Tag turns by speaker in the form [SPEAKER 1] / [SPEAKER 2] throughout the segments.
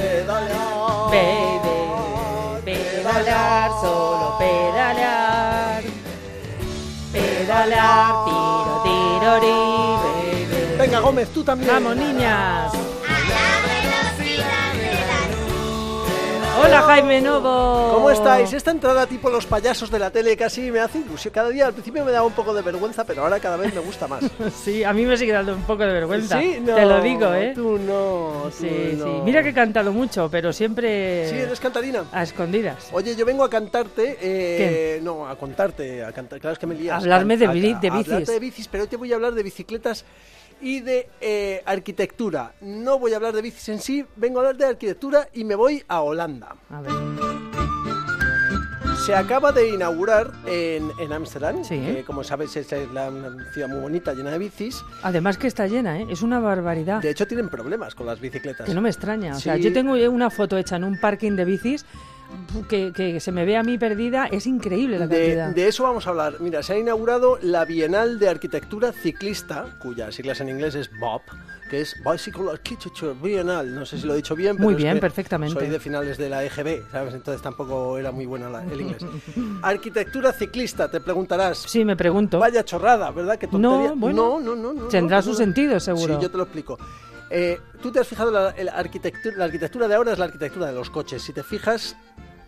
[SPEAKER 1] Pedalar.
[SPEAKER 2] Baby, pedalar, solo pedalear. Pedalear, tiro, tiro, ri, baby.
[SPEAKER 1] Venga, Gómez, tú también.
[SPEAKER 2] Vamos, niñas. Hola, Jaime Novo.
[SPEAKER 1] ¿Cómo estáis? Esta entrada tipo los payasos de la tele casi me hace ilusión. Cada día al principio me daba un poco de vergüenza, pero ahora cada vez me gusta más.
[SPEAKER 2] Sí, a mí me sigue dando un poco de vergüenza.
[SPEAKER 1] Sí, no,
[SPEAKER 2] Te lo digo, ¿eh?
[SPEAKER 1] Tú no. tú
[SPEAKER 2] sí,
[SPEAKER 1] no.
[SPEAKER 2] sí. Mira que he cantado mucho, pero siempre
[SPEAKER 1] Sí, eres cantarina.
[SPEAKER 2] a escondidas.
[SPEAKER 1] Oye, yo vengo a cantarte, eh, no, a contarte, a cantar, claro es que me lías.
[SPEAKER 2] Hablarme de
[SPEAKER 1] Can-
[SPEAKER 2] bili-
[SPEAKER 1] a-
[SPEAKER 2] de
[SPEAKER 1] a-
[SPEAKER 2] bicis.
[SPEAKER 1] hablarte de bicis, pero hoy te voy a hablar de bicicletas y de eh, arquitectura. No voy a hablar de bicis en sí, vengo a hablar de arquitectura y me voy a Holanda.
[SPEAKER 2] A ver.
[SPEAKER 1] Se acaba de inaugurar en en Ámsterdam,
[SPEAKER 2] Sí.
[SPEAKER 1] que, como sabes es la- una ciudad muy bonita llena de bicis.
[SPEAKER 2] Además que está llena, ¿eh? Es una barbaridad.
[SPEAKER 1] De hecho tienen problemas con las bicicletas.
[SPEAKER 2] Que no me extraña. O sea,
[SPEAKER 1] Sí.
[SPEAKER 2] yo tengo una foto hecha en un parking de bicis que, que se me ve a mí perdida. Es increíble la
[SPEAKER 1] De,
[SPEAKER 2] cantidad.
[SPEAKER 1] de eso vamos a hablar. Mira, se ha inaugurado la Bienal de Arquitectura Ciclista, cuyas siglas en inglés es BOP, que es Bicycle Architecture Bienal. No sé si lo he dicho bien, pero
[SPEAKER 2] Muy
[SPEAKER 1] es
[SPEAKER 2] bien,
[SPEAKER 1] que
[SPEAKER 2] perfectamente.
[SPEAKER 1] Soy de finales de la EGB, ¿sabes? Entonces tampoco era muy buena la- el inglés. Arquitectura ciclista, te preguntarás.
[SPEAKER 2] Sí, me pregunto.
[SPEAKER 1] Vaya chorrada, ¿verdad? Que tontería.
[SPEAKER 2] No, bueno,
[SPEAKER 1] no, no, no, no,
[SPEAKER 2] tendrá
[SPEAKER 1] no,
[SPEAKER 2] su
[SPEAKER 1] no.
[SPEAKER 2] sentido, seguro.
[SPEAKER 1] Sí, yo te lo explico. Eh, Tú te has fijado, la, el arquitectura, la arquitectura de ahora es la arquitectura de los coches. Si te fijas,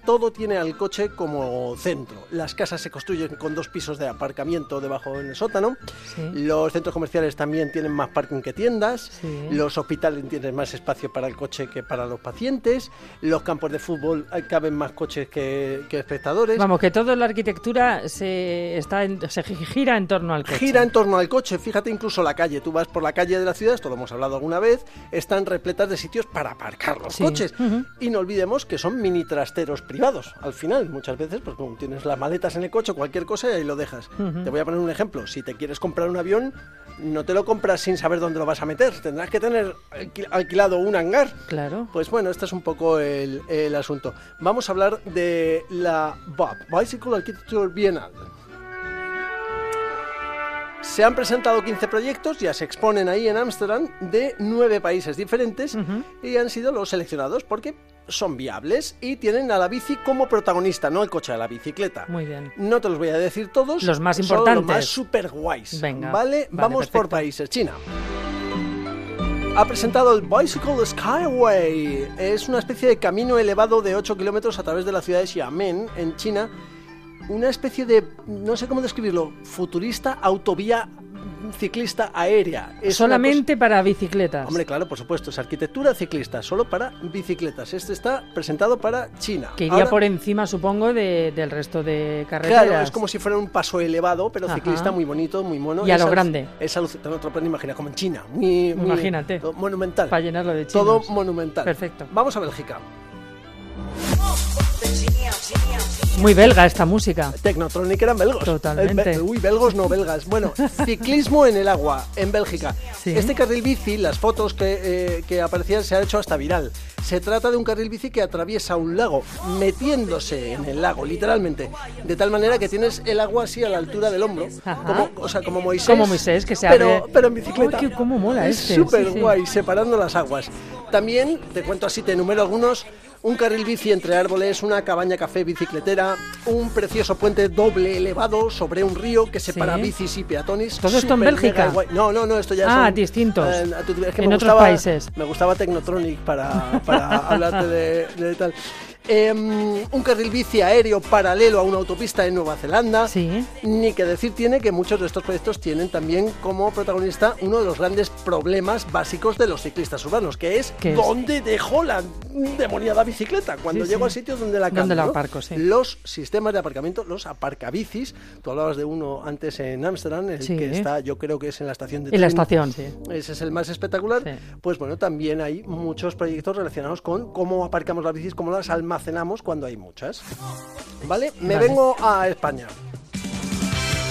[SPEAKER 1] todo tiene al coche como centro. Las casas se construyen con dos pisos de aparcamiento debajo en el sótano.
[SPEAKER 2] Sí.
[SPEAKER 1] Los centros comerciales también tienen más parking que tiendas.
[SPEAKER 2] Sí.
[SPEAKER 1] Los hospitales tienen más espacio para el coche que para los pacientes. Los campos de fútbol eh, caben más coches que, que espectadores.
[SPEAKER 2] Vamos, que toda la arquitectura se, está en- se gi- gira en torno al coche.
[SPEAKER 1] Gira en torno al coche, fíjate incluso la calle. Tú vas por la calle de la ciudad, esto lo hemos hablado alguna vez, están repletas de sitios para aparcar los
[SPEAKER 2] Sí.
[SPEAKER 1] coches.
[SPEAKER 2] Ujú.
[SPEAKER 1] Y no olvidemos que son mini trasteros privados. Al final, muchas veces, pues como tienes las maletas en el coche, cualquier cosa, y ahí lo dejas. Te voy a poner un ejemplo. Si te quieres comprar un avión, no te lo compras sin saber dónde lo vas a meter. Tendrás que tener alqui- alquilado un hangar.
[SPEAKER 2] Claro.
[SPEAKER 1] Pues bueno, este es un poco el, el asunto. Vamos a hablar de la BAP, Bicycle Architecture Bienal. Se han presentado 15 proyectos, ya se exponen ahí en Ámsterdam, de nueve países diferentes y han sido los seleccionados porque son viables y tienen a la bici como protagonista, no el coche, a la bicicleta.
[SPEAKER 2] Muy bien.
[SPEAKER 1] No te los voy a decir todos.
[SPEAKER 2] Los más
[SPEAKER 1] solo los más
[SPEAKER 2] importantes.
[SPEAKER 1] super guays.
[SPEAKER 2] Venga,
[SPEAKER 1] Vale,
[SPEAKER 2] vale,
[SPEAKER 1] vamos por
[SPEAKER 2] perfecto.
[SPEAKER 1] países. China. Ha presentado el Bicycle Skyway. Es una especie de camino elevado de 8 kilómetros a través de la ciudad de Xiamen, en China. Una especie de, no sé cómo describirlo, futurista autovía ciclista aérea. Es una cosa-
[SPEAKER 2] Solamente para bicicletas.
[SPEAKER 1] Hombre, claro, por supuesto, es arquitectura ciclista, solo para bicicletas. Este está presentado para China.
[SPEAKER 2] que iría
[SPEAKER 1] Ahora-
[SPEAKER 2] por encima, supongo, de- del resto de carreteras.
[SPEAKER 1] Claro, es como si fuera un paso elevado, pero
[SPEAKER 2] Ajá.
[SPEAKER 1] ciclista muy bonito, muy mono.
[SPEAKER 2] Y a
[SPEAKER 1] Es
[SPEAKER 2] lo
[SPEAKER 1] aluc-
[SPEAKER 2] grande.
[SPEAKER 1] Es alucinante, no te lo puedes ni imaginar, como en China. Muy, muy-
[SPEAKER 2] Imagínate.
[SPEAKER 1] todo Monumental.
[SPEAKER 2] Para llenarlo de chinos.
[SPEAKER 1] Todo monumental.
[SPEAKER 2] Perfecto.
[SPEAKER 1] Vamos a Bélgica.
[SPEAKER 2] Muy belga esta música.
[SPEAKER 1] Technotronic eran belgos.
[SPEAKER 2] Totalmente.
[SPEAKER 1] Eh, be- uy, belgos no belgas. Bueno, ciclismo en el agua, en Bélgica.
[SPEAKER 2] Sí.
[SPEAKER 1] Este carril bici, las fotos que, eh, que aparecían se ha hecho hasta viral. Se trata de un carril bici que atraviesa un lago, metiéndose en el lago, literalmente. De tal manera que tienes el agua así a la altura del hombro.
[SPEAKER 2] Ajá.
[SPEAKER 1] Como, o sea, como Moisés.
[SPEAKER 2] Como Moisés, que se
[SPEAKER 1] pero,
[SPEAKER 2] abre.
[SPEAKER 1] Pero en bicicleta.
[SPEAKER 2] Uy, qué- cómo mola
[SPEAKER 1] es
[SPEAKER 2] este,
[SPEAKER 1] súper
[SPEAKER 2] sí, sí.
[SPEAKER 1] guay, separando las aguas. También, te cuento así, te enumero algunos. Un carril bici entre árboles, una cabaña café bicicletera, un precioso puente doble elevado sobre un río que separa
[SPEAKER 2] Sí.
[SPEAKER 1] bicis y peatones.
[SPEAKER 2] ¿Todo esto
[SPEAKER 1] Súper,
[SPEAKER 2] en
[SPEAKER 1] mega
[SPEAKER 2] Bélgica?
[SPEAKER 1] guay. No, no, no, esto ya
[SPEAKER 2] Ah,
[SPEAKER 1] son,
[SPEAKER 2] distintos.
[SPEAKER 1] eh, a tu- es que
[SPEAKER 2] En
[SPEAKER 1] me
[SPEAKER 2] otros
[SPEAKER 1] gustaba-
[SPEAKER 2] países.
[SPEAKER 1] Me gustaba Technotronic para, para hablarte de, de tal. Em, un carril bici aéreo paralelo a una autopista en Nueva Zelanda.
[SPEAKER 2] Sí. ¿eh?
[SPEAKER 1] Ni que decir tiene que muchos de estos proyectos tienen también como protagonista uno de los grandes problemas básicos de los ciclistas urbanos, que es
[SPEAKER 2] ¿Qué es?
[SPEAKER 1] dónde dejo la demoniada bicicleta cuando
[SPEAKER 2] Sí,
[SPEAKER 1] llego
[SPEAKER 2] sí.
[SPEAKER 1] al sitio donde la
[SPEAKER 2] Donde
[SPEAKER 1] cambio,
[SPEAKER 2] la
[SPEAKER 1] ¿no?
[SPEAKER 2] aparco, sí.
[SPEAKER 1] Los sistemas de aparcamiento, los aparcabicis, tú hablabas de uno antes en Ámsterdam, el
[SPEAKER 2] Sí.
[SPEAKER 1] que está, yo creo que es en la estación de
[SPEAKER 2] En la
[SPEAKER 1] tren.
[SPEAKER 2] estación, sí.
[SPEAKER 1] Ese es el más espectacular.
[SPEAKER 2] Sí.
[SPEAKER 1] Pues bueno, también hay muchos proyectos relacionados con cómo aparcamos las bicis, cómo las almacenamos cuando hay muchas. ¿Vale? Me
[SPEAKER 2] Vale.
[SPEAKER 1] vengo a España.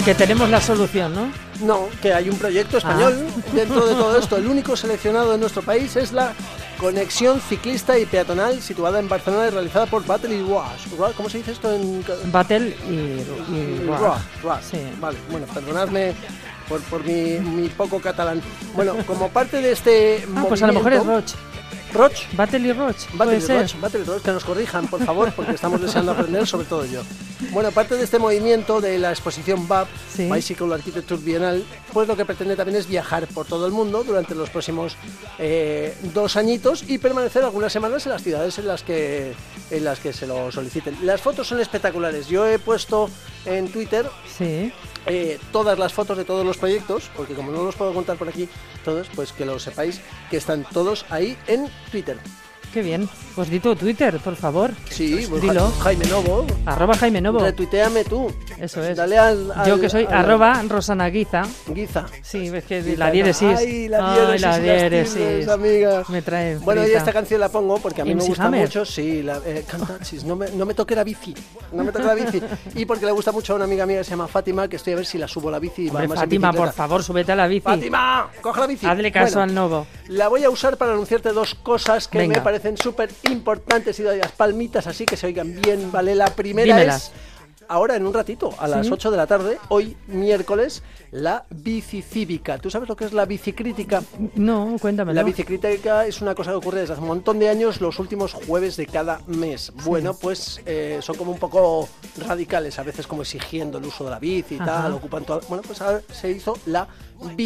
[SPEAKER 2] Que tenemos la solución, ¿no? Ah.
[SPEAKER 1] No, que hay un proyecto español dentro de todo esto. El único seleccionado en nuestro país es la conexión ciclista y peatonal situada en Barcelona y realizada por Battle y Rush. Rush, ¿Cómo se dice esto en...? ca-
[SPEAKER 2] Battle y, y Roar.
[SPEAKER 1] Rush, Rush.
[SPEAKER 2] Sí.
[SPEAKER 1] Vale, bueno, perdonadme por, por mi, mi poco catalán. Bueno, como parte de este
[SPEAKER 2] Ah, pues a lo mejor es
[SPEAKER 1] movimiento-
[SPEAKER 2] Roach.
[SPEAKER 1] Roch.
[SPEAKER 2] Battle y Roach.
[SPEAKER 1] Battle
[SPEAKER 2] puede ser.
[SPEAKER 1] Roach, Battle Roach, que nos corrijan, por favor, porque estamos deseando aprender, sobre todo yo. Bueno, aparte de este movimiento de la exposición BAP,
[SPEAKER 2] Sí.
[SPEAKER 1] Bicycle Architecture Bienal, pues lo que pretende también es viajar por todo el mundo durante los próximos eh, dos añitos y permanecer algunas semanas en las ciudades en las, que, en las que se lo soliciten. Las fotos son espectaculares. Yo he puesto en Twitter
[SPEAKER 2] Sí.
[SPEAKER 1] eh, todas las fotos de todos los proyectos, porque como no los puedo contar por aquí todos, pues que lo sepáis que están todos ahí en Twitter.
[SPEAKER 2] Qué bien. Pues di tu Twitter, por favor.
[SPEAKER 1] Sí, pues
[SPEAKER 2] Dilo.
[SPEAKER 1] Ja- Jaime Novo.
[SPEAKER 2] Arroba Jaime Novo.
[SPEAKER 1] Retuiteame tú.
[SPEAKER 2] Eso es.
[SPEAKER 1] Dale al, al-
[SPEAKER 2] Yo que soy
[SPEAKER 1] al-
[SPEAKER 2] arroba Rosana Guiza.
[SPEAKER 1] Guiza.
[SPEAKER 2] Sí, ves que
[SPEAKER 1] Guiza,
[SPEAKER 2] la diéresis.
[SPEAKER 1] Ay, la diéresis.
[SPEAKER 2] Ay, la
[SPEAKER 1] y las
[SPEAKER 2] diéresis.
[SPEAKER 1] tildes, amiga.
[SPEAKER 2] Me trae
[SPEAKER 1] Bueno, y
[SPEAKER 2] frita.
[SPEAKER 1] esta canción la pongo porque a mí me
[SPEAKER 2] MC
[SPEAKER 1] gusta
[SPEAKER 2] Hammer.
[SPEAKER 1] mucho. Sí, la, eh, canta, chis, no, me, no me toque la bici. No me toque la bici. Y porque le gusta mucho a una amiga mía que se llama Fátima, que estoy a ver si la subo la bici y va
[SPEAKER 2] Hombre,
[SPEAKER 1] más en
[SPEAKER 2] Fátima, por
[SPEAKER 1] bicicleta.
[SPEAKER 2] favor, súbete a la bici.
[SPEAKER 1] ¡Fátima! ¡Coge la bici!
[SPEAKER 2] Hazle caso
[SPEAKER 1] Bueno,
[SPEAKER 2] al Novo.
[SPEAKER 1] La voy a usar para anunciarte dos cosas que me
[SPEAKER 2] Venga.
[SPEAKER 1] parecen súper importantes y doy las palmitas así que se oigan bien, ¿vale? La primera
[SPEAKER 2] Dímelas.
[SPEAKER 1] es, ahora en un ratito, a las 8 de la tarde, hoy miércoles, la bicicívica. ¿Tú sabes lo que es la bicicrítica?
[SPEAKER 2] No, cuéntamelo.
[SPEAKER 1] La bicicrítica es una cosa que ocurre desde hace un montón de años, los últimos jueves de cada mes. Bueno, pues eh, son como un poco radicales, a veces como exigiendo el uso de la bici y
[SPEAKER 2] Ajá.
[SPEAKER 1] tal, ocupan todo. Bueno, pues ahora se hizo la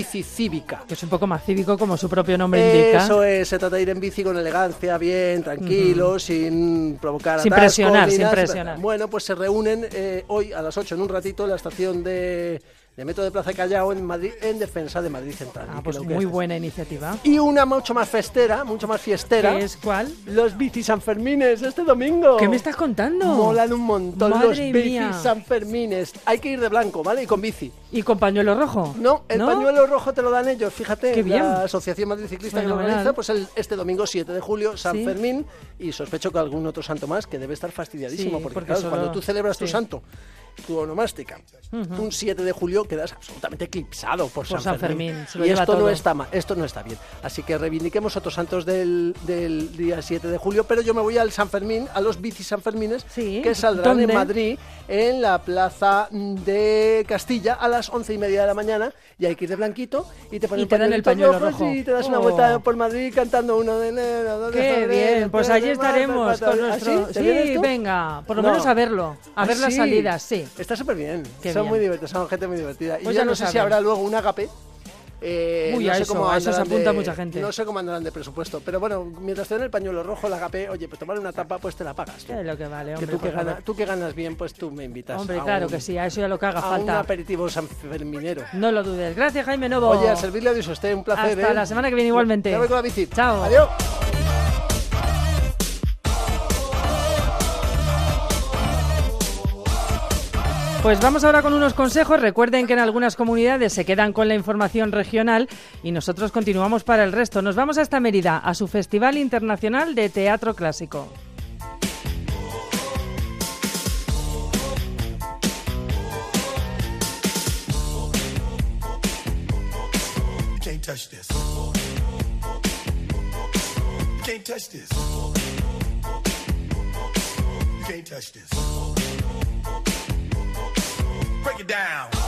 [SPEAKER 1] bicicívica.
[SPEAKER 2] Que es un poco más cívico, como su propio nombre indica.
[SPEAKER 1] Eso es, se trata de ir en bici con elegancia, bien, tranquilo, sin provocar
[SPEAKER 2] Sin
[SPEAKER 1] atascos ni
[SPEAKER 2] presionar, sin
[SPEAKER 1] nada.
[SPEAKER 2] presionar.
[SPEAKER 1] Bueno, pues se reúnen eh, hoy a las 8 en un ratito en la estación de, de Metro de Plaza Callao en Madrid, en defensa de Madrid Central.
[SPEAKER 2] Ah,
[SPEAKER 1] Y
[SPEAKER 2] pues
[SPEAKER 1] creo que
[SPEAKER 2] muy
[SPEAKER 1] es-
[SPEAKER 2] buena iniciativa.
[SPEAKER 1] Y una mucho más festera, mucho más fiestera.
[SPEAKER 2] ¿Qué es cuál?
[SPEAKER 1] Los bici Sanfermines este domingo.
[SPEAKER 2] ¿Qué me estás contando?
[SPEAKER 1] Molan un montón los
[SPEAKER 2] Madre
[SPEAKER 1] bici
[SPEAKER 2] mía.
[SPEAKER 1] Sanfermines. Hay que ir de blanco, ¿vale? Y con bici.
[SPEAKER 2] ¿Y con pañuelo rojo?
[SPEAKER 1] No, el pañuelo rojo te lo dan ellos, fíjate,
[SPEAKER 2] Qué bien.
[SPEAKER 1] la Asociación Madrid Ciclista que lo
[SPEAKER 2] Fenomenal.
[SPEAKER 1] organiza, pues el, este domingo 7 de julio, San
[SPEAKER 2] Sí.
[SPEAKER 1] Fermín, y sospecho que algún otro santo más que debe estar fastidiadísimo,
[SPEAKER 2] Sí,
[SPEAKER 1] porque,
[SPEAKER 2] porque
[SPEAKER 1] claro,
[SPEAKER 2] solo-
[SPEAKER 1] cuando tú celebras tu
[SPEAKER 2] sí.
[SPEAKER 1] santo, tu onomástica, un 7 de julio quedas absolutamente eclipsado por,
[SPEAKER 2] Por
[SPEAKER 1] San
[SPEAKER 2] San
[SPEAKER 1] Fermín.
[SPEAKER 2] Fermín, se lo
[SPEAKER 1] y
[SPEAKER 2] lleva
[SPEAKER 1] esto no
[SPEAKER 2] todo.
[SPEAKER 1] está ma- esto no está bien. Así que reivindiquemos otros santos del, del día 7 de julio, pero yo me voy al San Fermín, a los bici Sanfermines,
[SPEAKER 2] Sí,
[SPEAKER 1] que saldrán en
[SPEAKER 2] ¿dónde?
[SPEAKER 1] Madrid. Madrid, en la plaza de Castilla a las once y media de la mañana y hay que ir de blanquito y te ponen
[SPEAKER 2] Y te dan el
[SPEAKER 1] pañuelitos
[SPEAKER 2] pañuelo
[SPEAKER 1] rojos
[SPEAKER 2] rojo.
[SPEAKER 1] y te das una
[SPEAKER 2] Oh.
[SPEAKER 1] vuelta por Madrid cantando uno de enero, dos de
[SPEAKER 2] Qué
[SPEAKER 1] febrero,
[SPEAKER 2] bien, pues
[SPEAKER 1] tres
[SPEAKER 2] allí
[SPEAKER 1] de marzo,
[SPEAKER 2] estaremos
[SPEAKER 1] cuatro
[SPEAKER 2] con
[SPEAKER 1] de- ¿Ah,
[SPEAKER 2] nuestro...
[SPEAKER 1] sí? ¿Te vienes
[SPEAKER 2] sí,
[SPEAKER 1] tú?
[SPEAKER 2] venga, por lo
[SPEAKER 1] No.
[SPEAKER 2] menos a verlo, a
[SPEAKER 1] Ah,
[SPEAKER 2] ver las
[SPEAKER 1] sí.
[SPEAKER 2] salidas, sí.
[SPEAKER 1] Está súper bien.
[SPEAKER 2] Qué
[SPEAKER 1] son
[SPEAKER 2] bien.
[SPEAKER 1] muy divertidos, son gente muy divertida. y
[SPEAKER 2] Pues
[SPEAKER 1] yo
[SPEAKER 2] ya
[SPEAKER 1] no
[SPEAKER 2] lo
[SPEAKER 1] sé si
[SPEAKER 2] saben.
[SPEAKER 1] habrá luego un agape. Eh,
[SPEAKER 2] Uy,
[SPEAKER 1] no
[SPEAKER 2] a
[SPEAKER 1] sé
[SPEAKER 2] eso,
[SPEAKER 1] cómo
[SPEAKER 2] a eso se
[SPEAKER 1] andarán
[SPEAKER 2] apunta
[SPEAKER 1] de-
[SPEAKER 2] mucha gente.
[SPEAKER 1] No sé cómo andarán de presupuesto. Pero bueno, mientras te den el pañuelo rojo, el agape, oye, pues tomar una tapa, pues te la pagas. tú.
[SPEAKER 2] Es lo que vale,
[SPEAKER 1] que
[SPEAKER 2] hombre,
[SPEAKER 1] tú que,
[SPEAKER 2] por favor.
[SPEAKER 1] ganas, tú que ganas bien, pues tú me invitas.
[SPEAKER 2] Hombre,
[SPEAKER 1] a
[SPEAKER 2] claro
[SPEAKER 1] un-
[SPEAKER 2] que sí, a eso ya lo que haga
[SPEAKER 1] a un
[SPEAKER 2] falta.
[SPEAKER 1] aperitivo sanferminero.
[SPEAKER 2] No lo dudes. Gracias, Jaime Novo.
[SPEAKER 1] Oye, a servirle a Dios a usted, un placer.
[SPEAKER 2] Hasta
[SPEAKER 1] ¿eh?
[SPEAKER 2] la semana que viene igualmente.
[SPEAKER 1] Ya voy con la bici.
[SPEAKER 2] Chao.
[SPEAKER 1] Adiós.
[SPEAKER 2] Pues vamos ahora con unos consejos. Recuerden que en algunas comunidades se quedan con la información regional y nosotros continuamos para el resto. Nos vamos hasta Mérida, a su Festival Internacional de Teatro Clásico.
[SPEAKER 3] You can't touch this. You can't touch this. You can't touch this. Break it down.